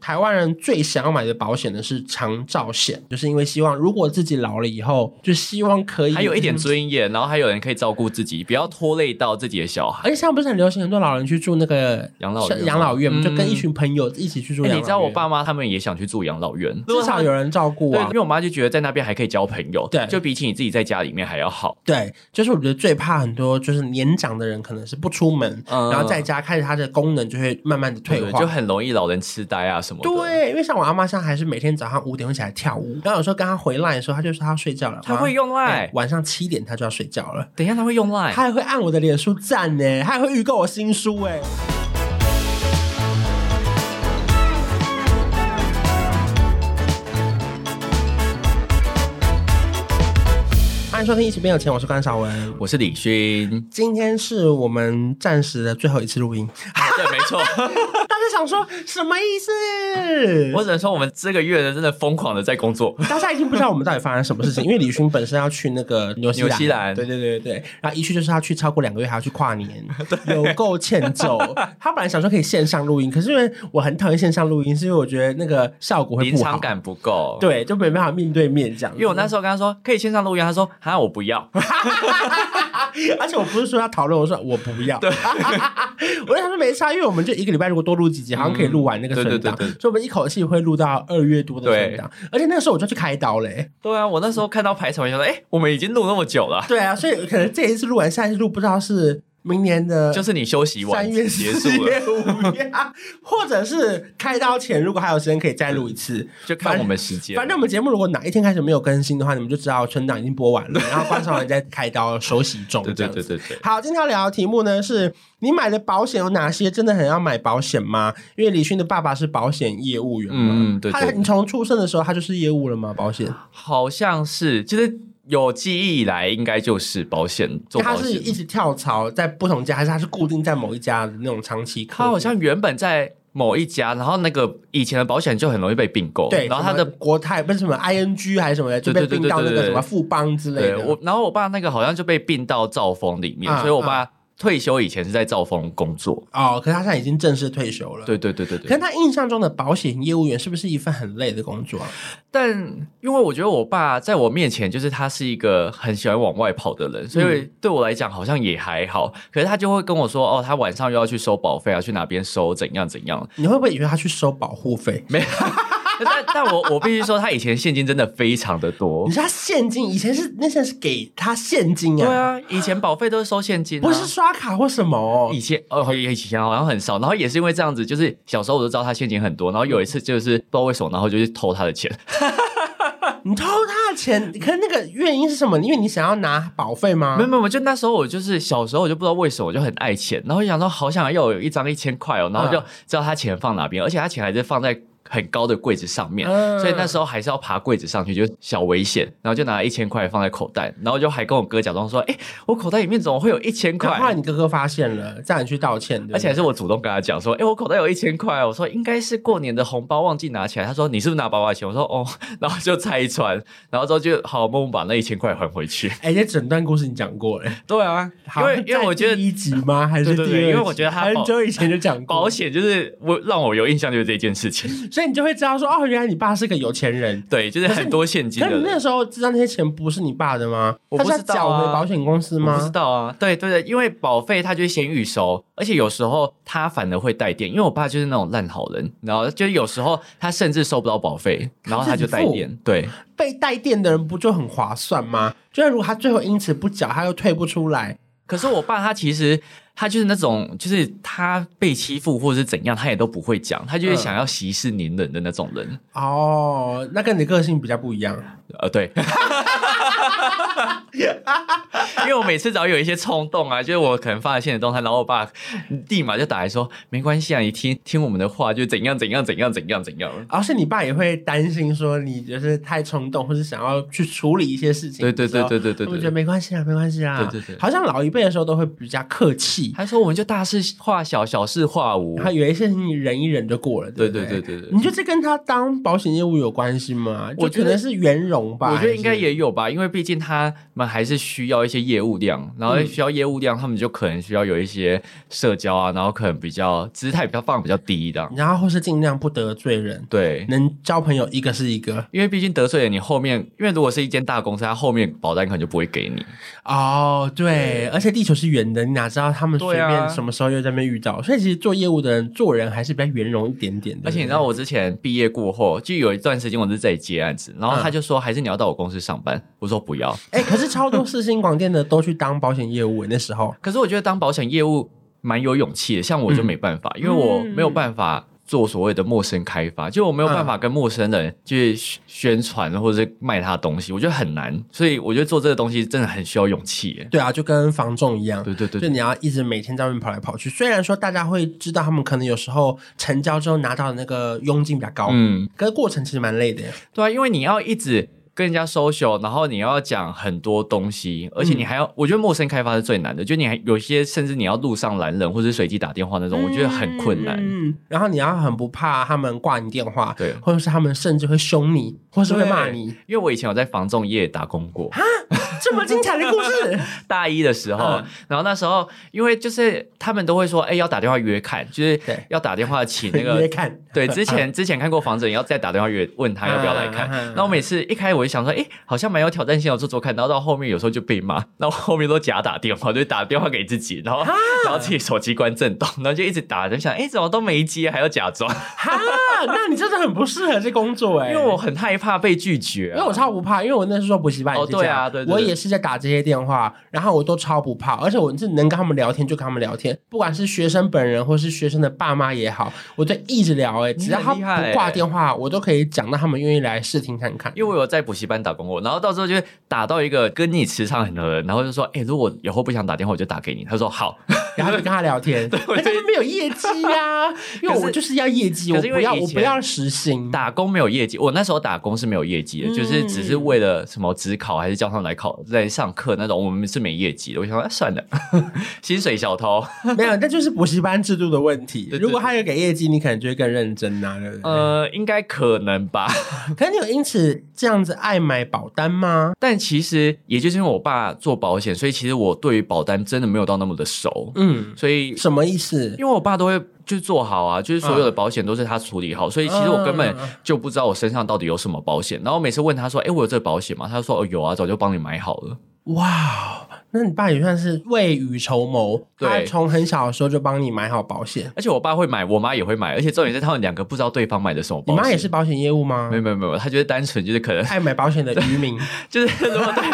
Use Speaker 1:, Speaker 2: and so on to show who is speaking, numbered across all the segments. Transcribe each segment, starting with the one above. Speaker 1: 台湾人最想要买的保险呢是长照险，就是因为希望如果自己老了以后，就希望可以嗯
Speaker 2: 还有一点尊严，然后还有人可以照顾自己，不要拖累到自己的小孩。
Speaker 1: 而且现在不是很流行很多老人去住那个
Speaker 2: 养老院吗
Speaker 1: 养老院嘛，就跟
Speaker 2: 嗯
Speaker 1: 一群朋友一起去住
Speaker 2: 哎
Speaker 1: 养老院。
Speaker 2: 你知道我爸妈他们也想去住养老院，
Speaker 1: 至少有人照顾
Speaker 2: 对，
Speaker 1: 啊
Speaker 2: 因。为我妈就觉得在那边还可以交朋友，
Speaker 1: 对
Speaker 2: 就比起你自己在家里面还要好。
Speaker 1: 对，就是我觉得最怕很多就是年长的人可能是不出门，
Speaker 2: 嗯
Speaker 1: 然后在家开始他的功能就会慢慢的退
Speaker 2: 对
Speaker 1: 化，
Speaker 2: 就很容易老人痴呆啊什么的。，
Speaker 1: 对，因为像我阿妈，现在还是每天早上五点会起来跳舞，然后有时候跟她回来的时候，她就说她要睡觉了，
Speaker 2: 他
Speaker 1: 晚上
Speaker 2: 会用
Speaker 1: 哎
Speaker 2: Line，
Speaker 1: 晚上七点她就要睡觉了，
Speaker 2: 等一下他会用 Line，
Speaker 1: 她还会按我的脸书赞呢，她还会预购我新书哎。欢迎收听《一起变有钱》，我是关少文。。
Speaker 2: 我是李勋
Speaker 1: 今天是我们暂时的最后一次录 音，
Speaker 2: 啊对，没错，
Speaker 1: 大家想说什么意思？
Speaker 2: 我只能说我们这个月真的疯狂的在工作。
Speaker 1: 大家已经不知道我们到底发生什么事情，因为李勋本身要去那个纽西
Speaker 2: 纽西兰
Speaker 1: 对对对对，然后一去就是他去超过两个月，还要去跨 年，有够欠揍。他本来想说可以线上录音，可是因为我很讨厌线上录音，是因为我觉得那个效果会
Speaker 2: 临
Speaker 1: 不
Speaker 2: 场
Speaker 1: 好，
Speaker 2: 感不够。，
Speaker 1: 对，就没办法面对面这样子。
Speaker 2: 因为我那时候跟他说可以线上录音，他说哈我不要，
Speaker 1: 而且我不是说要讨论，我说我不要。对，我就想说没差，因为我们就一个礼拜，如果多录几集，好像可以录完那个存档，
Speaker 2: 嗯对对对
Speaker 1: 所以我们一口气会录到二月多的存档。而且那个时候我就去开刀欸嘞、
Speaker 2: 对啊，我那时候看到排程，我就说哎、诶我们已经录那么久了，
Speaker 1: 对啊，所以可能这一次录完，下一次录不知道是明年的，
Speaker 2: 就是你休息完
Speaker 1: 三月、
Speaker 2: 结
Speaker 1: 四
Speaker 2: 束了，
Speaker 1: 月、五月啊，或者是开刀前，如果还有时间可以再录一次。
Speaker 2: 就看我们时间。
Speaker 1: 反正我们节目如果哪一天开始没有更新的话，你们就知道存档已经播 完了，然后观察人在开刀休息中
Speaker 2: 对
Speaker 1: 这
Speaker 2: 对
Speaker 1: 样
Speaker 2: 对
Speaker 1: 子。
Speaker 2: 对对，
Speaker 1: 好，今天要聊的题目呢是你买的保险有哪些？真的很要买保险吗？因为李勋的爸爸是保险业务员嘛，
Speaker 2: 嗯嗯对
Speaker 1: 他
Speaker 2: 对
Speaker 1: 你从出生的时候他就是业务了吗？保险，
Speaker 2: 好像是就是有记忆以来，应该就是保险做
Speaker 1: 他
Speaker 2: 保
Speaker 1: 是一
Speaker 2: 险。
Speaker 1: 直跳槽在不同家，还是他是固定在某一家的那种长期客户？
Speaker 2: 他好像原本在某一家，然后那个以前的保险就很容易被并购，
Speaker 1: 对，
Speaker 2: 然后他
Speaker 1: 什么
Speaker 2: 的。
Speaker 1: 国泰不是什么 ING 还是什么的，就被
Speaker 2: 对对对
Speaker 1: 并到那
Speaker 2: 对
Speaker 1: 个
Speaker 2: 对
Speaker 1: 什么
Speaker 2: 对
Speaker 1: 富邦之类
Speaker 2: 对
Speaker 1: 的。
Speaker 2: 我，然后我爸那个好像就被并到兆丰里面，
Speaker 1: 啊
Speaker 2: 所以我爸退休以前是在兆丰工作。
Speaker 1: 哦，可是他现在已经正式退休了。，
Speaker 2: 对对对对对
Speaker 1: 可。是他印象中的保险业务员是不是一份很累的工作啊？
Speaker 2: 但因为我觉得我爸在我面前，就是他是一个很喜欢往外跑的人，所
Speaker 1: 嗯
Speaker 2: 以对我来讲好像也还好。可是他就会跟我说：“哦，他晚上又要去收保费啊，去哪边收，怎样怎样。
Speaker 1: 你会不会以为他去收保护费？
Speaker 2: 没”但但我我必须说，他以前现金真的非常的多
Speaker 1: 你。说他现金以前是那些是给他现金
Speaker 2: 对
Speaker 1: 啊，
Speaker 2: 啊，以前保费都是收现金、啊，
Speaker 1: 不是刷卡或什么哦。
Speaker 2: 以前哦，以前好像很少，然后也是因为这样子，就是小时候我就知道他现金很多，然后有一次就是不知道为什么，然后就去偷他的钱，
Speaker 1: 你偷他的钱，可是那个原因是什么？因为你想要拿保费吗？
Speaker 2: 没有没有，就那时候我就是小时候我就不知道为什么我就很爱钱，然后就想说好想要有一张一千块哦，然后就知道他钱放哪边，而且他钱还是放在很高的柜子上面，
Speaker 1: 嗯
Speaker 2: 所以那时候还是要爬柜子上去，就小危险，然后就拿一千块放在口袋，然后就还跟我哥假装说，哎、我口袋里面怎么会有一千
Speaker 1: 可后来
Speaker 2: 块？
Speaker 1: 你哥哥发现了，叫你去道歉，对不对
Speaker 2: 而且还是我主动跟他讲说，哎、我口袋有一千块哦，我说应该是过年的红包忘记拿起来。他说你是不是拿爸爸的钱？我说哦， 然后就拆穿，然后之后就好默默把那一千块还回去。
Speaker 1: 哎，这整段故事你讲过哎。
Speaker 2: 对啊，因
Speaker 1: 好
Speaker 2: 为因为我觉
Speaker 1: 在
Speaker 2: 得
Speaker 1: 第一集吗？还是
Speaker 2: 对对
Speaker 1: 第二
Speaker 2: 对
Speaker 1: 集
Speaker 2: 因为我觉得他
Speaker 1: 很
Speaker 2: 保
Speaker 1: 久以前就讲过
Speaker 2: 保，险就是我让我有印象就是这件事情，
Speaker 1: 所以你就会知道说，哦，原来你爸是个有钱人。
Speaker 2: 对，就是很多现金
Speaker 1: 可
Speaker 2: 的
Speaker 1: 你那
Speaker 2: 人。
Speaker 1: 时候知道那些钱不是你爸的吗？
Speaker 2: 我
Speaker 1: 他
Speaker 2: 不
Speaker 1: 是要
Speaker 2: 知道啊
Speaker 1: 缴回保险公司
Speaker 2: 我不知
Speaker 1: 吗？
Speaker 2: 道啊，对对对，因为保费他就是先预收，而且有时候他反而会带电，因为我爸就是那种烂好人，然后就是有时候他甚至收不到保费，然后他就带电，对，
Speaker 1: 被带电的人不就很划算吗？就是如果他最后因此不缴，他又退不出来，
Speaker 2: 可是我爸他其实他就是那种，就是他被欺负或者是怎样，他也都不会讲，他
Speaker 1: 嗯
Speaker 2: 就是想要息事宁人的那种人。
Speaker 1: 哦，那跟你个性比较不一样。
Speaker 2: 呃，对。 因为我每次只要有一些冲动啊，就是我可能发了现实动态，然后我爸立马就打来说：“没关系啊，你听听我们的话，就怎样怎样怎样怎样怎样。
Speaker 1: 而且你爸也会担心说你就是太冲动，或是想要去处理一些事”情
Speaker 2: 对
Speaker 1: 的时
Speaker 2: 对
Speaker 1: 候。
Speaker 2: 对对对对
Speaker 1: 我觉得
Speaker 2: 对
Speaker 1: 没关系啊，没关系啊。
Speaker 2: 对对对
Speaker 1: 好像老一辈的时候都会比较客气，
Speaker 2: 他说：“我们就大事化小，小事化无
Speaker 1: 然。后有一些事情忍一忍就过了，
Speaker 2: 对”
Speaker 1: 不
Speaker 2: 对对
Speaker 1: 对
Speaker 2: 对对
Speaker 1: 你觉得这跟他当保险业务有关系吗？
Speaker 2: 我
Speaker 1: 就可
Speaker 2: 觉得
Speaker 1: 能是圆融吧，
Speaker 2: 我觉得应该
Speaker 1: 还是
Speaker 2: 也有吧，因为毕竟竟他们还是需要一些业务量，然后需要业务量，他们就可能需要有一些社交啊，然后可能比较姿态比较放得比较低这样。
Speaker 1: 然后或是尽量不得罪人，
Speaker 2: 对，
Speaker 1: 能交朋友一个是一个
Speaker 2: 因为毕竟得罪了你后面，因为如果是一间大公司，它后面保单可能就不会给你。
Speaker 1: 哦，对，而且地球是圆的，你哪知道他们随
Speaker 2: 对啊
Speaker 1: 便什么时候又在那边遇到？所以其实做业务的人做人还是比较圆融一点点的。
Speaker 2: 而且你知道，我之前毕业过后，就有一段时间我是在接案子，然后他就说还是你要到我公司上班，我说不要。
Speaker 1: 哎、可是超多四星广电的都去当保险业务，那时候
Speaker 2: 可是我觉得当保险业务蛮有勇气的，像我就没办法，因为我没有办法做所谓的陌生开发，就我没有办法跟陌生人去宣传或者是卖他的东西，我觉得很难，所以我觉得做这个东西真的很需要勇气耶。
Speaker 1: 对啊，就跟房仲一样。
Speaker 2: 对对对
Speaker 1: 就你要一直每天在外面跑来跑去，虽然说大家会知道他们可能有时候成交之后拿到的那个佣金比较高，
Speaker 2: 嗯，
Speaker 1: 可是过程其实蛮累的耶。
Speaker 2: 对啊，因为你要一直跟人家 social，然后你要讲很多东西，而且
Speaker 1: 嗯
Speaker 2: 你还要，我觉得陌生开发是最难的，就你还有些甚至你要路上拦人或者随机打电话那种，我觉得很困难。
Speaker 1: 嗯，然后你要很不怕他们挂你电话，
Speaker 2: 对
Speaker 1: 或者是他们甚至会凶你，或是会骂你。
Speaker 2: 因为我以前有在房仲业打工过，
Speaker 1: 这么精彩的故 事，
Speaker 2: 大一的时候，
Speaker 1: 嗯
Speaker 2: 然后那时候因为就是他们都会说，哎、要打电话约看，就是
Speaker 1: 对
Speaker 2: 要打电话请那
Speaker 1: 你也
Speaker 2: 个
Speaker 1: 看，
Speaker 2: 对，之前之前看过房子，你要再打电话约问他要不要来看
Speaker 1: 啊啊啊啊。
Speaker 2: 那我每次一开始我就想说，诶，好像蛮有挑战性，我做做看。然后到后面有时候就被骂，那我后面都假打电话，就打电话给自己，然后然后自己手机关震动，然后就一直打，就想，诶，怎么都没接，还要假装，
Speaker 1: 哈，那你真的很不适合这工作哎，
Speaker 2: 因为我很害怕被拒绝
Speaker 1: 因为
Speaker 2: 啊。
Speaker 1: 我超不怕，因为我那时候补习班也是这样
Speaker 2: 哦对啊对对对
Speaker 1: 我也是在打这些电话，然后我都超不怕，而且我是能跟他们聊天就跟他们聊天，不管是学生本人或是学生的爸妈也好，我都一直聊、欸，哎，
Speaker 2: 你
Speaker 1: 只要他
Speaker 2: 很厉害
Speaker 1: 不挂
Speaker 2: 欸
Speaker 1: 电话，我都可以讲到他们愿意来试听看看。
Speaker 2: 因为我有在补习班打工过，然后到时候就打到一个跟你磁场很合的人，然后就说，诶，如果以后不想打电话，我就打给你。他说好，
Speaker 1: 然后就跟他聊 天，
Speaker 2: 我
Speaker 1: 可是没有业绩啊，因为
Speaker 2: 可是
Speaker 1: 我就是要业绩，我
Speaker 2: 可是因
Speaker 1: 不
Speaker 2: 为
Speaker 1: 要
Speaker 2: 以
Speaker 1: 我不
Speaker 2: 前
Speaker 1: 要时薪。
Speaker 2: 打工没有业绩，我那时候打工是没有业绩的，
Speaker 1: 嗯
Speaker 2: 就是只是为了什么职考还是叫他们来考来上课那种，我们是没业绩的。我想说、啊、算了， 薪水小偷。
Speaker 1: 没有，那就是补习班制度的问题。
Speaker 2: 对对
Speaker 1: 如果他有给业绩，你可能就会更认真呐、啊，对不对？
Speaker 2: 呃，应该可能吧。
Speaker 1: 可是你有因此这样子爱买保单吗？
Speaker 2: 但其实也就是因为我爸做保险，所以其实我对于保单真的没有到那么的熟，
Speaker 1: 嗯，
Speaker 2: 所以
Speaker 1: 什么意思？
Speaker 2: 因为我爸都会就做好啊，就是所有
Speaker 1: 嗯
Speaker 2: 的保险都是他处理好，所以其实我根本就不知道我身上到底有什么保险。然后每次问他说：“哎、我有这个保险吗？”他就说：“哦，有啊，早就帮你买好了。
Speaker 1: 哇，哦那你爸也算是未雨绸缪，他
Speaker 2: 对
Speaker 1: 从很小的时候就帮你买好保险”。
Speaker 2: 而且我爸会买，我妈也会买，而且重点是他们两个不知道对方买的什么保
Speaker 1: 你
Speaker 2: 险。
Speaker 1: 妈也是保险业务吗
Speaker 2: 没？有没有没有，他就是单纯就是可能
Speaker 1: 爱买保险的渔民，
Speaker 2: 就是如果对，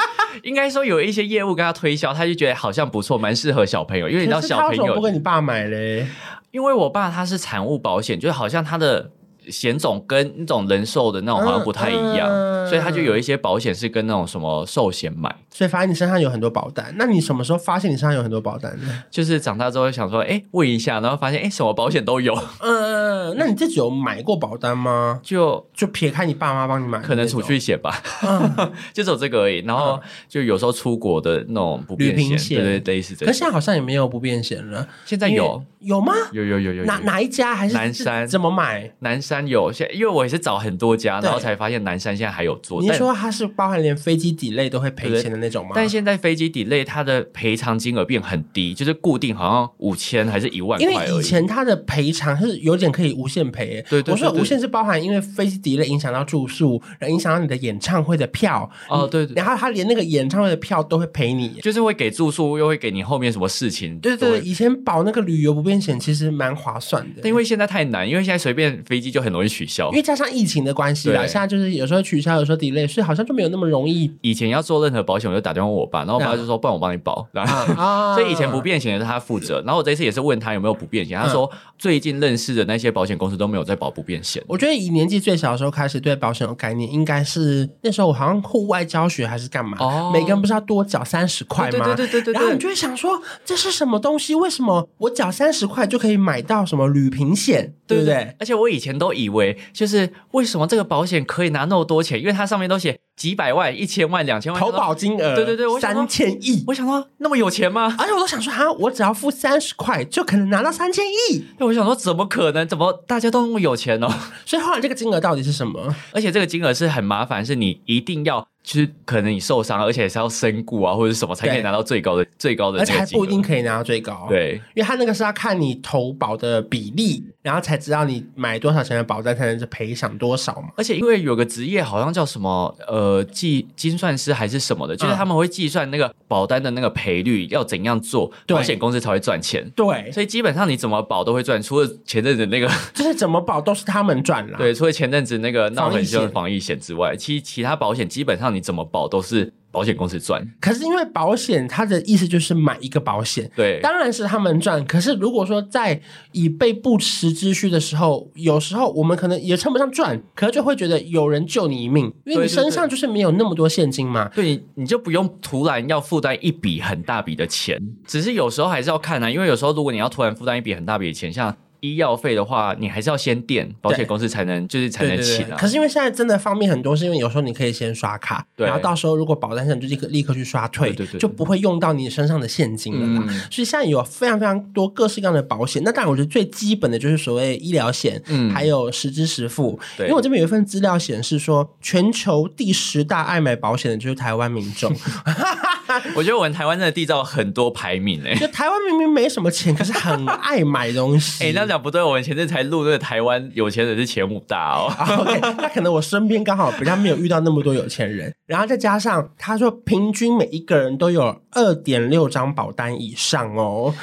Speaker 2: 应该说有一些业务跟他推销，他就觉得好像不错，蛮适合小朋友，因为你知道
Speaker 1: 可是
Speaker 2: 小
Speaker 1: 他
Speaker 2: 朋
Speaker 1: 为什么不跟你
Speaker 2: 友，
Speaker 1: 爸买嘞？
Speaker 2: 因为我爸他是产物保险，就是好像他的。险种跟那种人寿的那种好像不太一样，
Speaker 1: 嗯嗯
Speaker 2: 所以他就有一些保险是跟那种什么寿险买，
Speaker 1: 所以发现你身上有很多保单，那你什么时候发现你身上有很多保单呢？
Speaker 2: 就是长大之后想说，哎、问一下，然后发现哎、诶什么保险都有，呃
Speaker 1: 嗯，那你自己有买过保单吗？
Speaker 2: 就
Speaker 1: 就撇开你爸妈帮你买的那种，
Speaker 2: 可能储蓄险吧，
Speaker 1: 嗯。
Speaker 2: 就只有这个而已。然后就有时候出国的那种不便
Speaker 1: 旅行
Speaker 2: 险，
Speaker 1: 险
Speaker 2: 对对对，类似这
Speaker 1: 可
Speaker 2: 样。
Speaker 1: 现在好像也没有不变险了，
Speaker 2: 现在有
Speaker 1: 有吗？
Speaker 2: 有有有有有
Speaker 1: 哪哪一家还是
Speaker 2: 南山
Speaker 1: 怎么买？
Speaker 2: 南山有，现因为我也是找很多家，
Speaker 1: 对
Speaker 2: 然后才发现南山现在还有做。
Speaker 1: 你是
Speaker 2: 但
Speaker 1: 说它是包含连飞机抵类都会赔
Speaker 2: 对
Speaker 1: 钱的那种吗？
Speaker 2: 但现在飞机 delay 它的赔偿金额变很低，就是固定好像五千还是一万
Speaker 1: 因
Speaker 2: 块
Speaker 1: 为
Speaker 2: 而
Speaker 1: 以
Speaker 2: 已。
Speaker 1: 前它的赔偿是有点可以无限赔、
Speaker 2: 对对
Speaker 1: 我说
Speaker 2: 对对
Speaker 1: 无限是包含因为飞机 delay 影响到住宿，然后影响到你的演唱会的票，
Speaker 2: 哦，对对，
Speaker 1: 然后他连那个演唱会的票都会赔你。
Speaker 2: 就是会给住宿，又会给你后面什么事情。
Speaker 1: 对对
Speaker 2: 都
Speaker 1: 对，
Speaker 2: 会。
Speaker 1: 以前保那个旅游不便险其实蛮划算的，
Speaker 2: 但因为现在太难，因为现在随便飞机就很容易取消
Speaker 1: 因。为加上疫情的关系啦，
Speaker 2: 对
Speaker 1: 现在就是有时候取消，有时候 delay，所以好像就没有那么容易
Speaker 2: 以前要做任何保险，我就打电话问我爸，然后我爸就说：“不然我帮你保。”然后。
Speaker 1: 啊。
Speaker 2: 所以以前不变险的是他负责，然后我这一次也是问他有没有不变险，他说最近认识的那些保险公司都没有在保不变险。
Speaker 1: 我觉得以年纪最小的时候开始对保险有概念，应该是那时候我好像户外教学还是干嘛，
Speaker 2: 哦
Speaker 1: 每个人不是要多缴三十块吗？
Speaker 2: 对对对对对
Speaker 1: 然后
Speaker 2: 对
Speaker 1: 你就会想说，这是什么东西？为什么我缴三十块就可以买到什么旅平险，对不对？？
Speaker 2: 而且我以前都以为，就是为什么这个保险可以拿那么多钱？因为它上面都写几百万、一千万、两千万。
Speaker 1: 投保金额
Speaker 2: 对对对我想
Speaker 1: 三
Speaker 2: 说
Speaker 1: 千亿，
Speaker 2: 我想说，那么有钱吗？
Speaker 1: 而且我都想说，哈，我只要付三十块就可能拿到三千亿，
Speaker 2: 对，我想说，怎么可能？怎么大家都 那么有钱哦？
Speaker 1: 所以后来这个金额到底是什么？
Speaker 2: 而且这个金额是很麻烦，是你一定要就是可能你受伤，而且是要身故啊或者什么才可以
Speaker 1: 对
Speaker 2: 拿到最高的最高的
Speaker 1: 而且
Speaker 2: 那
Speaker 1: 还
Speaker 2: 个金
Speaker 1: 不一定
Speaker 2: 额。
Speaker 1: 可以拿到最高。，
Speaker 2: 对，
Speaker 1: 因为他那个是要看你投保的比例，然后才知道你买多少钱的保单才能是赔偿多少嘛。
Speaker 2: 而且因为有个职业好像叫什么呃计精算师还是什么的，就是
Speaker 1: 嗯
Speaker 2: 他们会计算那个保单的那个赔率要怎样做，
Speaker 1: 对
Speaker 2: 保险公司才会赚钱。
Speaker 1: 对，
Speaker 2: 所以基本上你怎么保都会赚，除了前阵子 那个
Speaker 1: 就是怎么保都是他们赚啦。，
Speaker 2: 对，除了前阵子那个闹很凶的
Speaker 1: 防疫险
Speaker 2: 防疫险之外，其其他保险基本上你怎么保都是保险公司赚。
Speaker 1: 可是因为保险，它的意思就是买一个保险，
Speaker 2: 对，
Speaker 1: 当然是他们赚。可是如果说在以备不时之需的时候，有时候我们可能也称不上赚，可是就会觉得有人救你一命，因为
Speaker 2: 对对
Speaker 1: 你
Speaker 2: 对
Speaker 1: 身上就是没有那么多现金嘛。
Speaker 2: 对你，你就不用突然要负担一笔很大笔的钱，只是有时候还是要看啊，因为有时候如果你要突然负担一笔很大笔的钱，像医药费的话，你还是要先垫保险公司才能，就是才
Speaker 1: 对
Speaker 2: 能
Speaker 1: 对
Speaker 2: 请
Speaker 1: 对，
Speaker 2: 啊。
Speaker 1: 可是因为现在真的方便很多，是因为有时候你可以先刷卡，
Speaker 2: 对
Speaker 1: 然后到时候如果保单上就立刻立刻去刷退，
Speaker 2: 对对对对
Speaker 1: 就不会用到你身上的现金了啦。
Speaker 2: 嗯
Speaker 1: 所以现在有非常非常多各式各样的保险，那当然我觉得最基本的就是所谓医疗险，
Speaker 2: 嗯
Speaker 1: 还有实支实付。
Speaker 2: 对
Speaker 1: 因为我这边有一份资料显示说，全球第十大爱买保险的就是台湾民 众，
Speaker 2: 我觉得我们台湾真的缔造很多排名欸诶、
Speaker 1: 就台湾明明没什么钱，可是很爱买东西。
Speaker 2: 哎、那讲不对，我们前阵才录那个台湾有钱人是前五大哦。
Speaker 1: 啊 OK，那可能我身边刚好比较没有遇到那么多有钱人，然后再加上他说平均每一个人都有二点六张保单以上哦，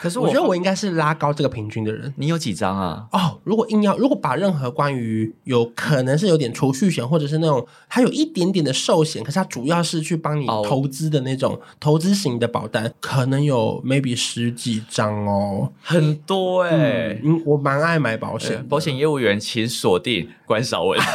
Speaker 2: 可是
Speaker 1: 我觉得我应该是拉高这个平均的人。
Speaker 2: 你有几张啊？
Speaker 1: 哦，如果硬要，如果把任何关于有可能是有点储蓄险，或者是那种它有一点点的寿险，可是它主要是去帮你
Speaker 2: 哦
Speaker 1: 投资的那种、投资型的保单，可能有 maybe 十几张哦。
Speaker 2: 很呃多哎、
Speaker 1: 嗯，我蛮爱买保险的，
Speaker 2: 保险业务员，请锁定关少文。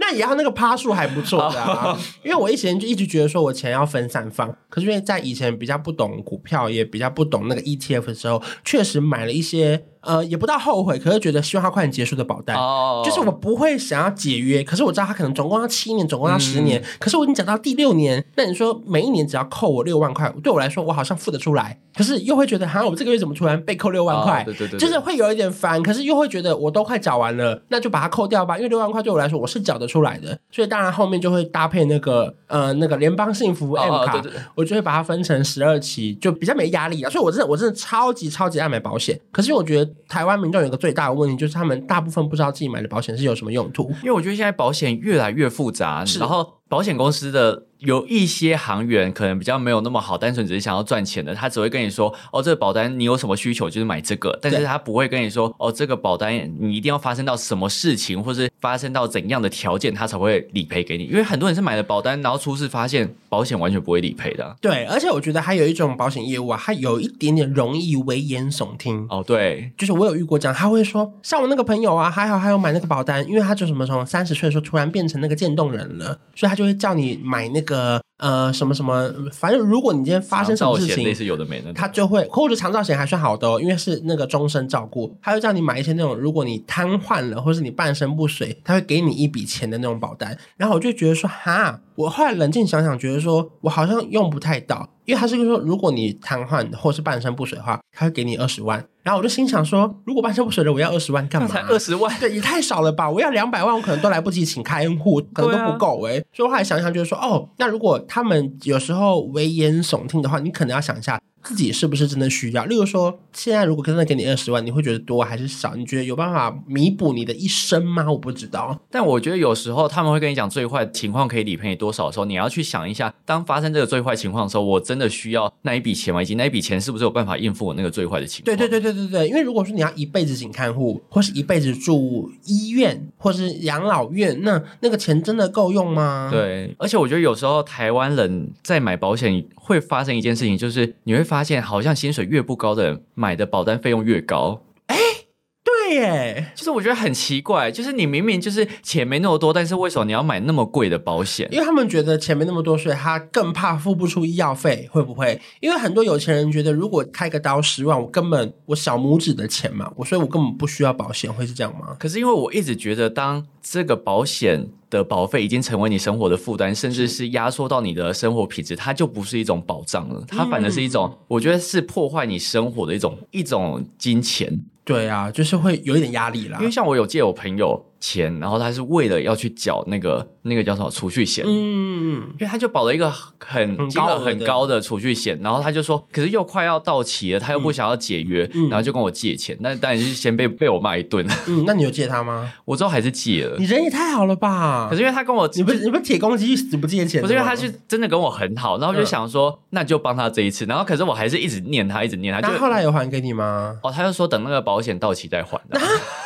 Speaker 1: 那也要那个趴数还不错的、 啊，因为我以前就一直觉得说我钱要分散放，可是因为在以前比较不懂股票，也比较不懂那个 ETF 的时候，确实买了一些呃，也不到后悔，可是觉得希望它快点结束的保单。
Speaker 2: 哦
Speaker 1: 就是我不会想要解约，可是我知道它可能总共要七年，总共要十年，
Speaker 2: 嗯
Speaker 1: 可是我已经讲到第六年，那你说每一年只要扣我六万块，对我来说我好像付得出来，可是又会觉得，哈，我这个月怎么突然被扣六万块？
Speaker 2: 哦对对对对
Speaker 1: 就是会有一点烦，可是又会觉得我都快缴完了，那就把它扣掉吧，因为六万块对我来说我是缴得出来的，所以当然后面就会搭配那个呃那个联邦幸福 M
Speaker 2: 哦
Speaker 1: 卡，
Speaker 2: 对对对
Speaker 1: 我就会把它分成十二期，就比较没压力啊。所以我真的我真的超级超级爱买保险，可是因为我觉得台湾民众有一个最大的问题就是他们大部分不知道自己买的保险是有什么用途。
Speaker 2: 因为我觉得现在保险越来越复杂，
Speaker 1: 是
Speaker 2: 然后保险公司的有一些行员可能比较没有那么好，单纯只是想要赚钱的，他只会跟你说哦，这个保单你有什么需求就是买这个，但是
Speaker 1: 对
Speaker 2: 他不会跟你说哦，这个保单你一定要发生到什么事情，或是发生到怎样的条件，他才会理赔给你。因为很多人是买了保单，然后出事发现保险完全不会理赔的啊。
Speaker 1: 对，而且我觉得还有一种保险业务啊，它有一点点容易危言耸听。
Speaker 2: 哦，对，
Speaker 1: 就是我有遇过这样，他会说，像我那个朋友啊，还好还有买那个保单，因为他就什么从三十岁的时候突然变成那个渐冻人了，所以他就会叫你买那个呃什么什么，反正如果你今天发生什么
Speaker 2: 长照
Speaker 1: 事
Speaker 2: 险类
Speaker 1: 情。
Speaker 2: 似有的没的，
Speaker 1: 他就会，可我觉得长照险还算好的哦，因为是那个终身照顾，他会叫你买一些那种，如果你瘫痪了，或是你半身不遂，他会给你一笔钱的那种保单。然后我就觉得说，哈，我后来冷静想想，觉得说我好像用不太到，因为他是说，如果你瘫痪或是半身不遂的话，他会给你二十万。然后我就心想说，如果半身不遂的我要二十万干 嘛？
Speaker 2: 才二十万。
Speaker 1: 对，也太少了吧！我要两百万，我可能都来不及请看护，可能
Speaker 2: 对啊
Speaker 1: 都不够哎、所以我后来想一想，就是说，哦，那如果他们有时候危言耸听的话，你可能要想一下自己是不是真的需要。例如说，现在如果真的给你二十万，你会觉得多还是少？你觉得有办法弥补你的一生吗？我不知道。
Speaker 2: 但我觉得有时候他们会跟你讲最坏情况可以理赔你多少的时候，你要去想一下，当发生这个最坏情况的时候，我真的需要那一笔钱吗？以及那一笔钱是不是有办法应付我那个最坏的情况？
Speaker 1: 对对对对对对，因为如果说你要一辈子请看护，或是一辈子住医院，或是养老院，那那个钱真的够用吗？。
Speaker 2: 对，而且我觉得有时候台湾人在买保险会发生一件事情，就是你会发现好像薪水越不高的人买的保单费用越高。
Speaker 1: 对耶，
Speaker 2: 就是我觉得很奇怪，就是你明明就是钱没那么多，但是为什么你要买那么贵的保险？
Speaker 1: 因为他们觉得钱没那么多，所以他更怕付不出医药费，会不会？因为很多有钱人觉得，如果开个刀十万，我根本我小拇指的钱嘛，我所以我根本不需要保险，会是这样吗？
Speaker 2: 可是因为我一直觉得，当这个保险的保费已经成为你生活的负担，甚至是压缩到你的生活品质，它就不是一种保障了，它反而是一种，
Speaker 1: 嗯
Speaker 2: 我觉得是破坏你生活的一种一种金钱。
Speaker 1: 对啊，就是会有一点压力啦
Speaker 2: 因为。像我有借我朋友。钱，然后他是为了要去缴那个那个叫什么储蓄险。
Speaker 1: 嗯，
Speaker 2: 因为他就保了一个很
Speaker 1: 很
Speaker 2: 金额
Speaker 1: 高额
Speaker 2: 很
Speaker 1: 的
Speaker 2: 高的储蓄险，然后他就说，可是又快要到期了，他又不想要解约，
Speaker 1: 嗯
Speaker 2: 然后就跟我借钱，那当然是先被被我骂一顿，
Speaker 1: 嗯，那你有借他吗？
Speaker 2: 我之后还是借了
Speaker 1: 你，人也太好了吧？
Speaker 2: 可是因为他跟我
Speaker 1: 你不是你不是铁公鸡死不借钱的吗？
Speaker 2: 不是因为他是真的跟我很好，然后
Speaker 1: 嗯
Speaker 2: 我就想说，那就帮他这一次。然后可是我还是一直念他，一直念他，
Speaker 1: 那
Speaker 2: 就
Speaker 1: 后来有还给你吗？
Speaker 2: 哦，他就说等那个保险到期再还的。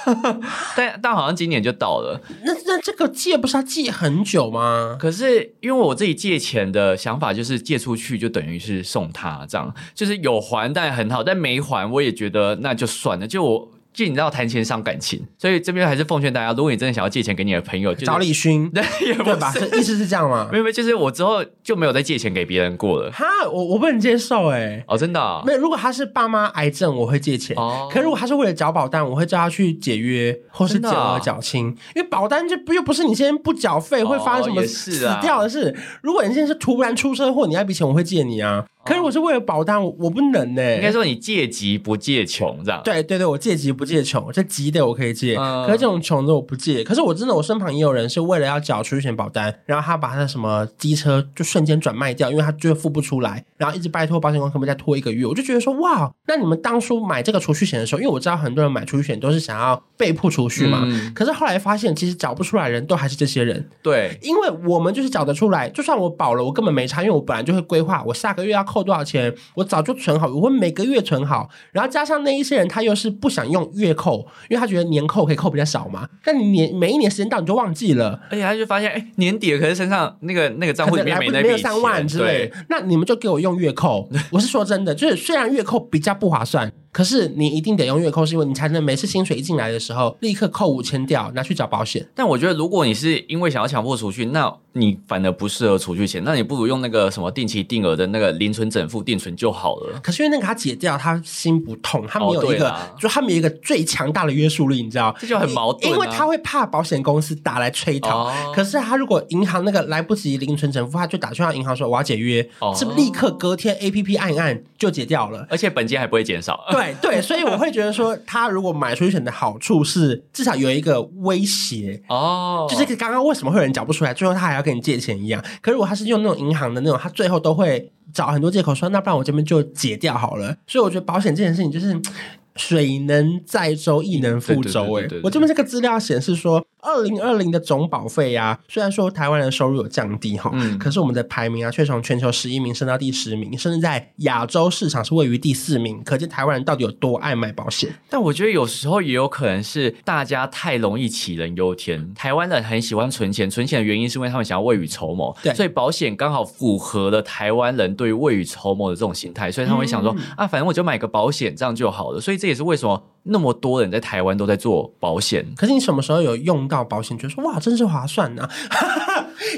Speaker 2: 但但好像今年就到了。
Speaker 1: 那那这个借不是要借很久吗？
Speaker 2: 可是因为我自己借钱的想法就是借出去就等于是送他这样，就是有还但很好，但没还我也觉得那就算了，就我。就你知道谈钱伤感情，所以这边还是奉劝大家，如果你真的想要借钱给你的朋友，就是
Speaker 1: 找李勋
Speaker 2: 对也不
Speaker 1: 对吧？
Speaker 2: 是，
Speaker 1: 是意思是这样吗
Speaker 2: 没？有没有，就是我之后就没有再借钱给别人过了。
Speaker 1: 哈，我我不能接受哎、
Speaker 2: 哦，真的啊、
Speaker 1: 没有，如果他是爸妈癌症，我会借钱。
Speaker 2: 哦
Speaker 1: 可如果他是为了缴保单，我会叫他去解约或是
Speaker 2: 真的
Speaker 1: 缴
Speaker 2: 啊
Speaker 1: 额缴清，因为保单就不又不是你今天不缴费会发生什么
Speaker 2: 哦也
Speaker 1: 死
Speaker 2: 是啊
Speaker 1: 掉的事。如果你今天是突然出车祸，你那笔钱我会借你啊。可如果是为了保单，我我不能欸呢、
Speaker 2: 应该说你借急不借穷这样。
Speaker 1: 对对对，我借急不借穷，这急的我可以借，
Speaker 2: 嗯
Speaker 1: 可是这种穷的我不借。可是我真的，我身旁也有人是为了要缴储蓄险保单，然后他把他的什么机车就瞬间转卖掉，因为他就是付不出来，然后一直拜托保险公司可不可以再拖一个月。我就觉得说，哇，那你们当初买这个储蓄险的时候，因为我知道很多人买储蓄险都是想要被迫储蓄嘛，
Speaker 2: 嗯
Speaker 1: 可是后来发现其实缴不出来的人都还是这些人，
Speaker 2: 对，
Speaker 1: 因为我们就是缴得出来，就算我保了，我根本没差，因为我本来就会规划我下个月要扣多少钱，我早就存好，我会每个月存好。然后加上那一些人，他又是不想用月扣，因为他觉得年扣可以扣比较少嘛。 但你年每一年时间到你就忘记了，
Speaker 2: 而且他就发现，哎、年底了，可是身上那个那个账户
Speaker 1: 可
Speaker 2: 里
Speaker 1: 能来不
Speaker 2: 面那
Speaker 1: 没
Speaker 2: 笔
Speaker 1: 有
Speaker 2: 钱，
Speaker 1: 三万之类
Speaker 2: 对。。
Speaker 1: 那你们就给我用月扣，我是说真的，就是虽然月扣比较不划算，可是你一定得用月扣，是因为你才能每次薪水一进来的时候立刻扣五千掉，拿去缴保险。
Speaker 2: 但我觉得，如果你是因为想要强迫储蓄，那你反而不适合储蓄险，那你不如用那个什么定期定额的那个零存整付定存就好了。
Speaker 1: 可是因为那个他解掉，他心不痛，他们
Speaker 2: 哦
Speaker 1: 有一
Speaker 2: 对
Speaker 1: 个，
Speaker 2: 啦
Speaker 1: 就他们有一个最强大的约束力，你知道？
Speaker 2: 这就很矛盾啊
Speaker 1: 因为他会怕保险公司打来催讨。
Speaker 2: 哦
Speaker 1: 可是他如果银行那个来不及零存整付，他就打去到银行说我要解约，
Speaker 2: 哦
Speaker 1: 是不是立刻隔天 A P P 按一按就解掉 了？
Speaker 2: 而且本金还不会减少。
Speaker 1: 对对，所以我会觉得说，他如果买储蓄险的好处是，至少有一个威胁，
Speaker 2: 哦，
Speaker 1: 就是刚刚为什么会有人缴不出来，最后他还要跟你借钱一样。可如果他是用那种银行的那种，他最后都会找很多借口说，那不然我这边就解掉好了。所以我觉得保险这件事情就是。嗯水能载舟，亦能覆舟。
Speaker 2: 对对对
Speaker 1: 哎
Speaker 2: 对对，对
Speaker 1: 我这边这个资料显示说，二零二零的总保费啊，虽然说台湾人收入有降低哈，
Speaker 2: 嗯
Speaker 1: 可是我们的排名啊，却从全球十一名升到第十名，甚至在亚洲市场是位于第四名。可见台湾人到底有多爱买保险？
Speaker 2: 但我觉得有时候也有可能是大家太容易杞人忧天。台湾人很喜欢存钱，存钱的原因是因为他们想要未雨绸缪
Speaker 1: 对，
Speaker 2: 所以保险刚好符合了台湾人对于未雨绸缪的这种心态，所以
Speaker 1: 嗯
Speaker 2: 他们会想说、啊，反正我就买个保险，这样就好了。所以这也是为什么那么多人在台湾都在做保险。
Speaker 1: 可是你什么时候有用到保险？觉得说哇，真是划算呐、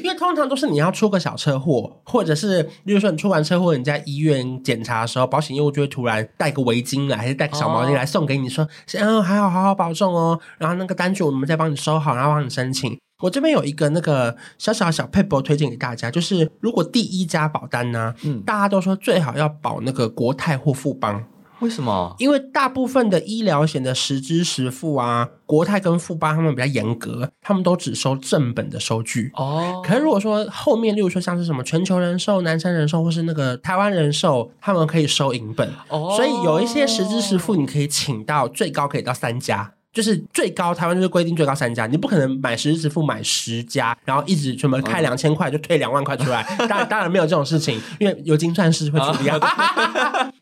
Speaker 1: 因为通常都是你要出个小车祸，或者是，例如说你出完车祸，你在医院检查的时候，保险业务就会突然带个围巾来，还是带个小毛巾来送给你，说，嗯，还好，好好保重哦。然后那个单据我们再帮你收好，然后帮你申请。我这边有一个那个小小小 paper 推荐给大家，就是如果第一家保单呢、
Speaker 2: 嗯
Speaker 1: 大家都说最好要保那个国泰或富邦，
Speaker 2: 为什么？
Speaker 1: 因为大部分的医疗险的实支实付啊，国泰跟富邦他们比较严格，他们都只收正本的收据。
Speaker 2: 哦，
Speaker 1: 可是如果说后面，例如说像是什么全球人寿、南山人寿，或是那个台湾人寿，他们可以收银本，
Speaker 2: 哦
Speaker 1: 所以有一些实支实付，你可以请到最高可以到三家。就是最高，台湾就是规定最高三家，你不可能买实支实付买十家，然后一直什么开两千块就退两万块出来，当然当然没有这种事情，因为有精算师会处理啊。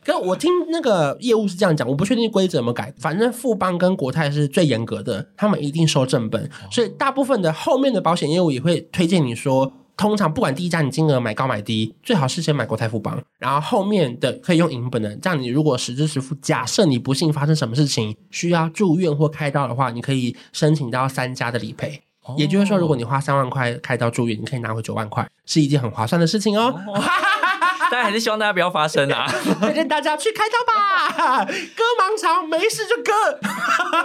Speaker 1: 可我听那个业务是这样讲，我不确定规则有没有改，反正富邦跟国泰是最严格的，他们一定收正本，所以大部分的后面的保险业务也会推荐你说。通常不管第一家你金额买高买低，最好是先买国泰富邦，然后后面的可以用银本的。这样你如果实支实付，假设你不幸发生什么事情需要住院或开刀的话，你可以申请到三家的理赔。
Speaker 2: 哦
Speaker 1: 也就是说，如果你花三万块开刀住院，你可以拿回九万块，是一件很划算的事情哦。
Speaker 2: 但还是希望大家不要发 生啊。
Speaker 1: 推荐大家去开 刀吧，割盲肠没事 就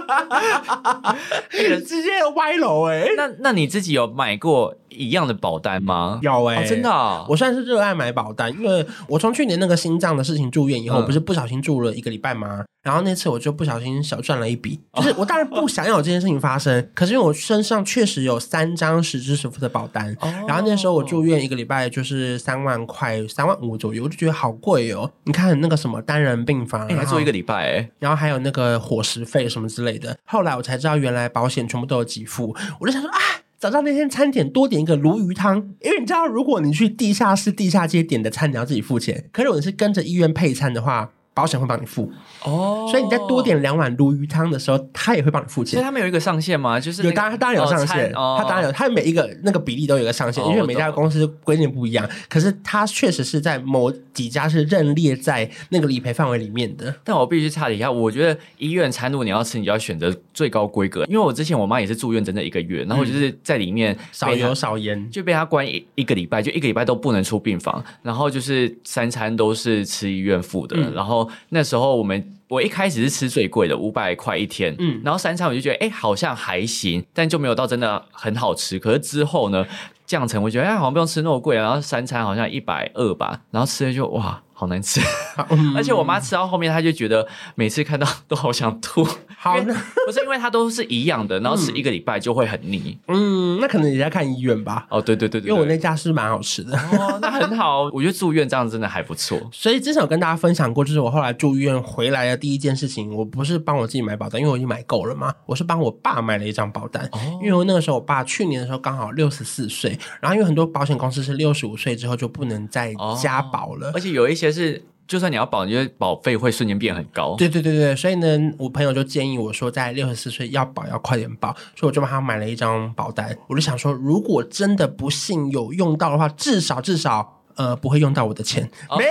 Speaker 1: 割，直接歪楼哎、
Speaker 2: 那那你自己有买过一样的保单吗？
Speaker 1: 有哎、
Speaker 2: 哦真的啊、
Speaker 1: 我算是热爱买保单，因为我从去年那个心脏的事情住院以后，
Speaker 2: 嗯
Speaker 1: 我不是不小心住了一个礼拜吗？然后那次我就不小心小赚了一笔，就是我当然不想要有这件事情发 生，可是因为我身上确实有三张实支实付的保单，然后那时候我住院一个礼拜就是三万块，三万五左右，我就觉得好贵哦。你看那个什么单人病房，啊
Speaker 2: 你还
Speaker 1: 然后
Speaker 2: 做一个礼拜、欸，
Speaker 1: 然后还有那个伙食费什么之类的。后来我才知道，原来保险全部都有给付。我就想说啊，早知道那天餐点多点一个鲈鱼汤，因为你知道，如果你去地下室、地下街点的餐，你要自己付钱。可是如果你是跟着医院配餐的话，保险会帮你付，
Speaker 2: 哦
Speaker 1: 所以你再多，点两碗鲈鱼汤的时候，他也会帮你付
Speaker 2: 所以
Speaker 1: 钱。
Speaker 2: 他们有一个上限吗？就是那
Speaker 1: 有，
Speaker 2: 个
Speaker 1: 当然，他当然有上限，
Speaker 2: 哦
Speaker 1: 他当然有，他每一个那个比例都有一个上限，
Speaker 2: 哦
Speaker 1: 因为
Speaker 2: 我
Speaker 1: 每家
Speaker 2: 懂
Speaker 1: 公司规定不一样。可是他确实是在某几家是认列在那个理赔范围里面的。
Speaker 2: 但我必须插一下，我觉得医院餐如果你要吃，你就要选择最高规格。因为我之前我妈也是住院整整一个月，然后我就是在里面
Speaker 1: 少
Speaker 2: 被她
Speaker 1: 油少盐，
Speaker 2: 就被她关一一个礼拜，就一个礼拜都不能出病房，然后就是三餐都是吃医院付的。然后那时候我们。我一开始是吃最贵的，五百块一天，
Speaker 1: 嗯
Speaker 2: 嗯，然后三餐我就觉得，哎、好像还行，但就没有到真的很好吃。可是之后呢，降成我觉得，哎、好像不用吃那么贵，然后三餐好像一百二吧，然后吃了就哇，好难吃。
Speaker 1: 嗯
Speaker 2: 而且我妈吃到后面，她就觉得每次看到都好想吐，
Speaker 1: 好
Speaker 2: 因为
Speaker 1: 那
Speaker 2: 不是因为它都是一样的，然后吃一个礼拜就会很腻。
Speaker 1: 嗯，那可能也在看医院吧，
Speaker 2: 哦，对对对对，
Speaker 1: 因为我
Speaker 2: 对
Speaker 1: 那家是蛮好吃的。
Speaker 2: 哦，那很好，我觉得住院这样真的还不错。
Speaker 1: 所以之前有跟大家分享过，就是我后来住院回来的第一件事情，我不是帮我自己买保单，因为我已经买够了嘛，我是帮我爸买了一张保单。
Speaker 2: 哦
Speaker 1: 因为我那个时候我爸去年的时候刚好六十四岁，然后因为很多保险公司是六十五岁之后就不能再加保了。
Speaker 2: 而且有一些是，就算你要保，你的保费会瞬间变很高。
Speaker 1: 对对对对，所以呢，我朋友就建议我说，在六十四岁要保要快点保，所以我就帮他买了一张保单。我就想说，如果真的不幸有用到的话，至少至少呃不会用到我的钱。没有，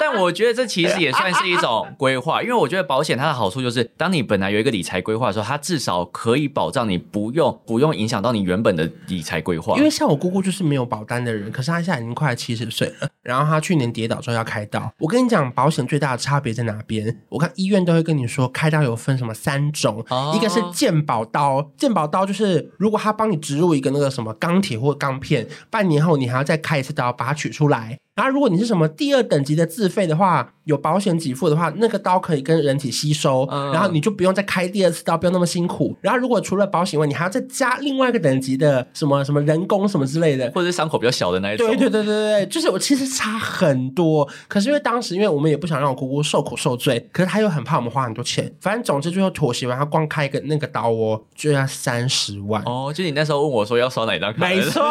Speaker 2: 但我觉得这其实也算是一种规划，因为我觉得保险它的好处就是，当你本来有一个理财规划的时候，它至少可以保障你不用不用影响到你原本的理财规划。
Speaker 1: 因为像我姑姑就是没有保单的人，可是她现在已经快七十岁了，然后她去年跌倒之后要开刀。我跟你讲，保险最大的差别在哪边？我看医院都会跟你说，开刀有分什么三种，
Speaker 2: 哦
Speaker 1: 一个是健保刀，健保刀就是如果他帮你植入一个那个什么钢铁或钢片，半年后你还要再开一次刀把它取出来。然后如果你是什么第二等级的自费的话，有保险给付的话，那个刀可以跟人体吸收，
Speaker 2: 嗯
Speaker 1: 然后你就不用再开第二次刀，不用那么辛苦。然后如果除了保险以外，你还要再加另外一个等级的什么什么人工什么之类的。
Speaker 2: 或者是伤口比较小的那一种，
Speaker 1: 对对对对对，就是我其实差很多，可是因为当时因为我们也不想让我姑姑受苦受罪，可是她又很怕我们花很多钱，反正总之最后妥协完，她光开一个那个刀哦就要三十万。
Speaker 2: 哦，就你那时候问我说要刷哪一张卡，
Speaker 1: 没错，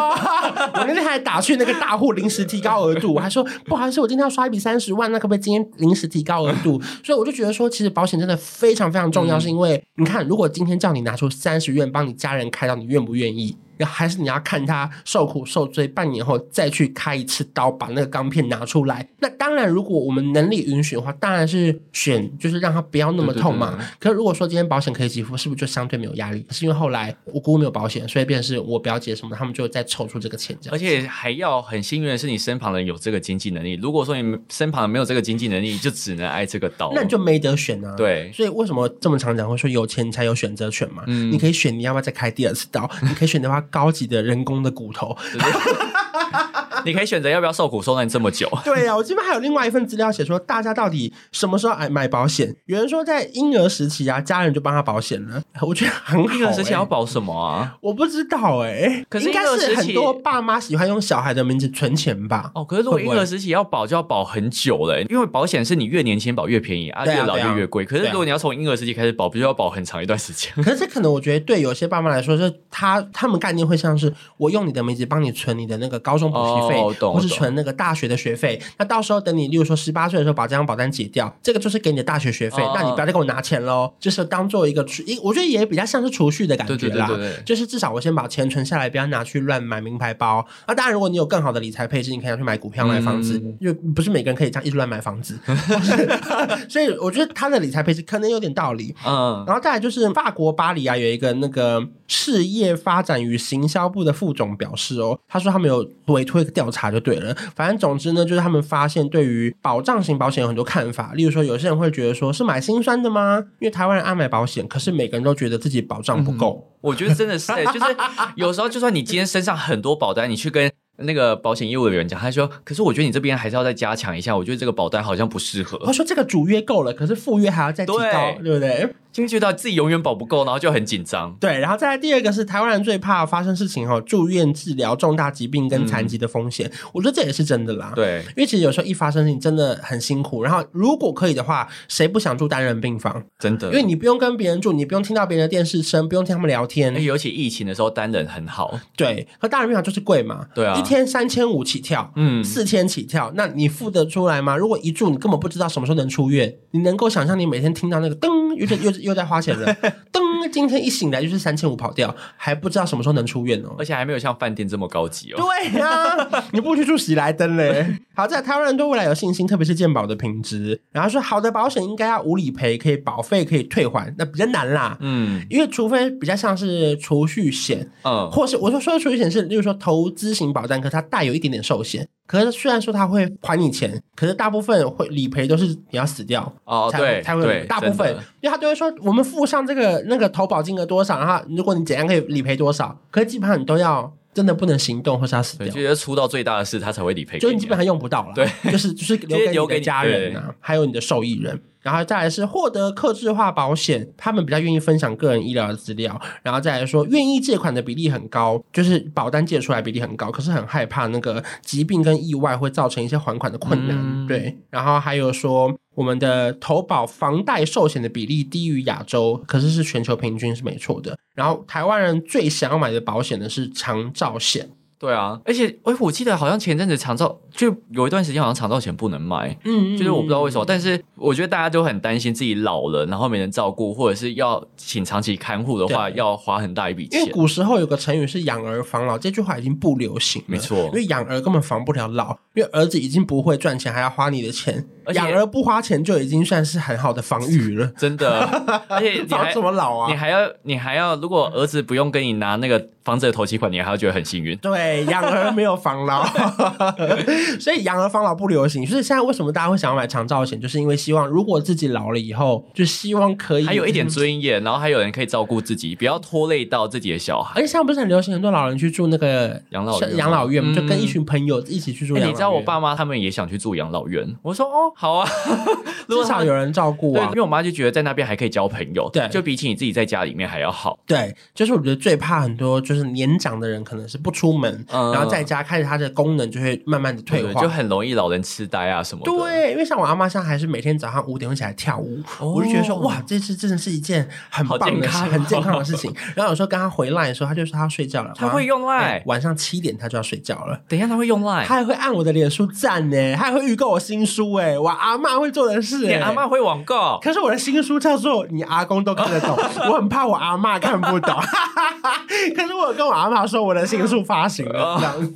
Speaker 1: 我那天还打去那个大户临时提高额度，我还说不好意思，我今天要刷一笔三十万，那可不可以今天临时提高额度？所以我就觉得说，其实保险真的非常非常重要，是因为你看，如果今天叫你拿出三十元帮你家人开刀，你愿不愿意？然后还是你要看他受苦受罪，半年后再去开一次刀，把那个钢片拿出来。那当然，如果我们能力允许的话，当然是选就是让他不要那么痛嘛。
Speaker 2: 对对对
Speaker 1: 可是如果说今天保险可以给付，是不是就相对没有压力？可是因为后来我姑姑没有保险，所以便是我表姐什么的，他们就再凑出这个钱这样。
Speaker 2: 而且还要很幸运的是，你身旁的人有这个经济能力。如果说你身旁没有这个经济能力，就只能挨这个刀。
Speaker 1: 那你就没得选啊。。
Speaker 2: 对，
Speaker 1: 所以为什么这么常讲会说有钱你才有选择权嘛？
Speaker 2: 嗯
Speaker 1: 你可以选你要不要再开第二次刀，你可以选择要高级的人工的骨头。
Speaker 2: 你可以选择要不要受苦受难这么久。
Speaker 1: 对啊呀、我这边还有另外一份资料写说，大家到底什么时候买买保险？有人说在婴儿时期啊，家人就帮他保险了，我觉得很好、欸。
Speaker 2: 婴儿时期要保什么啊？
Speaker 1: 我不知道哎、
Speaker 2: 可是
Speaker 1: 应该
Speaker 2: 婴儿时
Speaker 1: 是
Speaker 2: 期
Speaker 1: 很多爸妈喜欢用小孩的名字存钱吧？
Speaker 2: 哦，可是如果
Speaker 1: 会不
Speaker 2: 婴
Speaker 1: 会
Speaker 2: 儿时期要保，就要保很久了、因为保险是你越年轻保越便宜啊，
Speaker 1: 对啊
Speaker 2: 越老
Speaker 1: 对啊
Speaker 2: 越越贵。可是
Speaker 1: 对啊
Speaker 2: 如果你要从婴儿时期开始保，不就要保很长一段时间？
Speaker 1: 可是这可能我觉得对有些爸妈来说，是他他们概念会像是我用你的名字帮你存你的那个高中补习费，
Speaker 2: 哦我懂
Speaker 1: 或是
Speaker 2: 我懂
Speaker 1: 存那个大学的学费。那到时候等你，例如说十八岁的时候把这张保单解掉，这个就是给你的大学学费，
Speaker 2: 哦
Speaker 1: 那你不要再给我拿钱喽，就是当做一个储，一我觉得也比较像是储蓄的感觉啦。
Speaker 2: 对对对对对。
Speaker 1: 就是至少我先把钱存下来，不要拿去乱买名牌包。那当然，如果你有更好的理财配置，你可以拿去买股票、买房子，
Speaker 2: 嗯
Speaker 1: 因为不是每个人可以这样一直乱买房子。 所以 我觉得他的理财配置可能有点道理。
Speaker 2: 嗯，
Speaker 1: 然后再来就是法国巴黎啊，有一个那个事业发展与行销部的副总表示哦，他说他们有委托一个调查就对了。反正总之呢，就是他们发现对于保障型保险有很多看法，例如说有些人会觉得说是买心酸的吗？因为台湾人爱买保险，可是每个人都觉得自己保障不够。
Speaker 2: 嗯我觉得真的是、欸，就是有时候就算你今天身上很多保单，你去跟。那个保险业务的员讲，他说，可是我觉得你这边还是要再加强一下，我觉得这个保单好像不适合。
Speaker 1: 我说这个主约够了，可是副约还要再提高，
Speaker 2: 对
Speaker 1: 对不对？
Speaker 2: 就会觉得自己永远保不够，然后就很紧张。
Speaker 1: 对，然后再来第二个是台湾人最怕发生事情哈，住院治疗重大疾病跟残疾的风险，我觉得这也是真的啦。
Speaker 2: 对，
Speaker 1: 因为其实有时候一发生事情真的很辛苦，然后如果可以的话，谁不想住单人病房？
Speaker 2: 真的，
Speaker 1: 因为你不用跟别人住，你不用听到别人的电视声，不用听他们聊天。
Speaker 2: 而哎且尤其疫情的时候，单人很好。
Speaker 1: 对，可大人病房就是贵嘛，
Speaker 2: 对啊
Speaker 1: 一天三千五起跳，
Speaker 2: 嗯，
Speaker 1: 四千起跳，那你付得出来吗？如果一住，你根本不知道什么时候能出院，你能够想象你每天听到那个噔，又在又又在花钱 了，噔，今天一醒来就是三千五跑掉，还不知道什么时候能出院哦。
Speaker 2: 而且还没有像饭店这么高 级哦。
Speaker 1: 对呀、 你不去住喜来登嘞。好在台湾人对未来有信心，特别是健保的品质。然后说好的保险应该要无理赔，可以保费可以退还，那比较难啦。
Speaker 2: 嗯
Speaker 1: 因为除非比较像是储蓄险，
Speaker 2: 嗯，
Speaker 1: 或是我说说的储蓄险是，例如说投资型保单，可是它带有一点点寿险。可是虽然说它会还你钱，可是大部分会理赔都是你要死掉
Speaker 2: 哦
Speaker 1: 才
Speaker 2: 对
Speaker 1: 才会
Speaker 2: 对，
Speaker 1: 大部分
Speaker 2: 真的，
Speaker 1: 因为他都会说我们付上这个那个投保金额多少，然后如果你怎样可以理赔多少，可是基本上你都要真的不能行动或是要死
Speaker 2: 对，
Speaker 1: 掉
Speaker 2: 就。觉得出到最大的事，他才会理赔
Speaker 1: 就
Speaker 2: 给
Speaker 1: 你
Speaker 2: 你。啊
Speaker 1: 基本上用不到了，
Speaker 2: 对，
Speaker 1: 就是就是留
Speaker 2: 直
Speaker 1: 给
Speaker 2: 接留给
Speaker 1: 你的
Speaker 2: 你
Speaker 1: 家人啊，还有你的受益人。然后再来是获得客制化保险，他们比较愿意分享个人医疗的资料。然后再来说，愿意借款的比例很高，就是保单借出来比例很高，可是很害怕那个疾病跟意外会造成一些还款的困难。
Speaker 2: 嗯
Speaker 1: 对，然后还有说，我们的投保房贷寿险的比例低于亚洲，可是是全球平均是没错的。然后台湾人最想要买的保险呢是长照险，
Speaker 2: 对啊，而且哎，我记得好像前阵子长照就有一段时间，好像长照险不能买，
Speaker 1: 嗯
Speaker 2: 就是我不知道为什么，但是我觉得大家都很担心自己老了，然后没人照顾，或者是要请长期看护的话，
Speaker 1: 对
Speaker 2: 要花很大一笔
Speaker 1: 因为
Speaker 2: 钱。
Speaker 1: 古时候有个成语是“养儿防老”，这句话已经不流行了。
Speaker 2: 没错
Speaker 1: 因为养儿根本防不了老，因为儿子已经不会赚钱，还要花你的钱
Speaker 2: 而。且，
Speaker 1: 养儿不花钱就已经算是很好的防御了
Speaker 2: 真的，而且你
Speaker 1: 防
Speaker 2: 还
Speaker 1: 什么老
Speaker 2: 你
Speaker 1: 啊？
Speaker 2: 还要你还要，如果儿子不用跟你拿那个房子的头期款，你还要觉得很幸运。
Speaker 1: 对，养儿没有防 老， 所以养儿防老不流行。就是现在为什么大家会想要买长照险，就是因为希望如果自己老了以后，就希望可以
Speaker 2: 还有一点尊严，然后还有人可以照顾自己，不要拖累到自己的小孩。
Speaker 1: 而且现在嗯哎不是很流行很多老人去住那个
Speaker 2: 养老院吗
Speaker 1: 养老院嘛，就跟
Speaker 2: 嗯
Speaker 1: 一群朋友一起去住
Speaker 2: 哎
Speaker 1: 养老
Speaker 2: 你
Speaker 1: 院。
Speaker 2: 知道我爸妈他们也想去住养老院，我说哦好啊， 如果
Speaker 1: 至
Speaker 2: 他
Speaker 1: 少
Speaker 2: 们
Speaker 1: 有人照顾
Speaker 2: 对，
Speaker 1: 啊
Speaker 2: 因，为我妈就觉得在那边还可以交朋友，
Speaker 1: 对
Speaker 2: 就比起你自己在家里面还要好。
Speaker 1: 对，就是我觉得最怕很多就是年长的人可能是不出门，
Speaker 2: 嗯
Speaker 1: 然后在家开始他的功能就会慢慢的退
Speaker 2: 对
Speaker 1: 化。
Speaker 2: 就很容易老人痴呆啊什么的。，
Speaker 1: 对，因为像我阿妈，现在还是每天早上五点会起来跳舞，
Speaker 2: 哦
Speaker 1: 我就觉得说，哇，这次真的是一件很
Speaker 2: 好
Speaker 1: 棒
Speaker 2: 健
Speaker 1: 的事、
Speaker 2: 康哦
Speaker 1: 很健康的事情。然后有时候跟她回来的时候，她就说她要睡觉了，
Speaker 2: 他
Speaker 1: 妈
Speaker 2: 会用
Speaker 1: 哎
Speaker 2: line，
Speaker 1: 晚上七点她就要睡觉了。
Speaker 2: 等一下他会用 line，
Speaker 1: 她还会按我的脸书赞呢，她还会预购我新书哎，我阿妈会做的事
Speaker 2: 你
Speaker 1: 哎，
Speaker 2: 阿妈会网购，
Speaker 1: 可是我的新书叫做《你阿公都看得懂》，我很怕我阿嬷看不懂。 可是我有跟我阿嬷说我的新书发行了，这样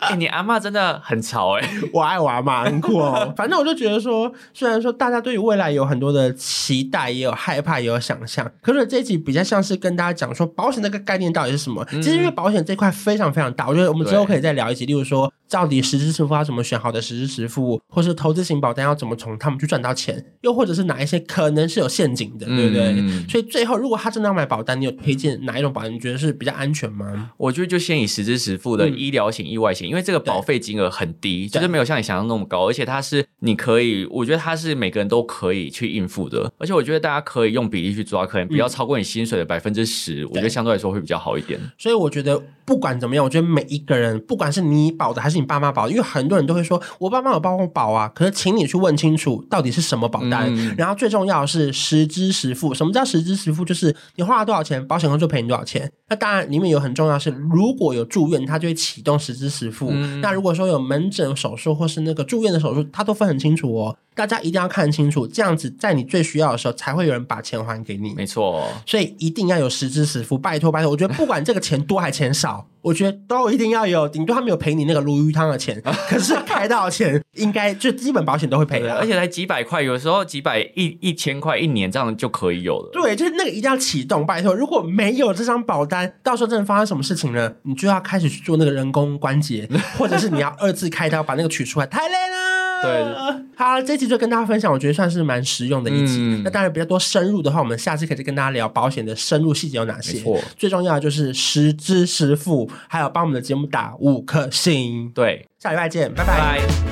Speaker 2: 哎，你阿妈真的很吵哎。
Speaker 1: 我爱我阿嬷，很酷哦。反正我就觉得说，虽然说大家对于未来有很多的期待，也有害怕，也有想象，可是这一集比较像是跟大家讲说保险这个概念到底是什么。其实因为保险这块非常非常大，我觉得我们之后
Speaker 2: 对
Speaker 1: 可以再聊一集，例如说到底实支实付要怎么选好的实支实付，或是投资型保单要怎么从他们去赚到钱，又或者是哪一些可能是有陷阱的， 对不对？
Speaker 2: 嗯
Speaker 1: 所以最后，如果他真的要买保单，你有推荐哪一种保单？你觉得是比较安全吗？
Speaker 2: 我觉得就先以实支实付的医疗险、意外险，因为这个保费金额很低，就是没有像你想象那么高，而且它是你可以，我觉得它是每个人都可以去应付的，而且我觉得大家可以用比例去抓，可能不要超过你薪水的百分之十，我觉得相对来说会比较好一点。
Speaker 1: 所以我觉得不管怎么样，我觉得每一个人，不管是你保的还是你爸妈保的，因为很多人都会说我爸妈有帮我保啊，可是请你去问清楚到底是什么保单。
Speaker 2: 嗯
Speaker 1: 然后最重要的是实支实付。什么叫实支实付？就是你花了多少钱，保险公司就赔你多少钱。那当然里面有很重要的是，如果有住院，它就会启动实支实付。
Speaker 2: 嗯
Speaker 1: 那如果说有门诊手术或是那个住院的手术，它都分很清楚哦。大家一定要看清楚，这样子在你最需要的时候才会有人把钱还给你。
Speaker 2: 没错，
Speaker 1: 所以一定要有实支实付，拜托拜托！我觉得不管这个钱多还钱少，我觉得都一定要有，顶多他没有赔你那个鲈鱼汤的钱，可是开刀的钱应该就基本保险都会赔
Speaker 2: 对
Speaker 1: 的，
Speaker 2: 啊，而且才几百块，有时候几百一一千块一年这样就可以有了。
Speaker 1: 对，就是那个一定要启动，拜托！如果没有这张保单，到时候真的发生什么事情呢？你就要开始去做那个人工关节，或者是你要二次开刀把那个取出来，太累了。
Speaker 2: 对，
Speaker 1: 好了，这集就跟大家分享，我觉得算是蛮实用的一集。
Speaker 2: 嗯
Speaker 1: 那当然比较多深入的话，我们下次可以再跟大家聊保险的深入细节有哪些
Speaker 2: 没错。
Speaker 1: 最重要的就是实支实付，还有帮我们的节目打五颗星。
Speaker 2: 对，
Speaker 1: 下礼拜见，拜
Speaker 2: 拜拜。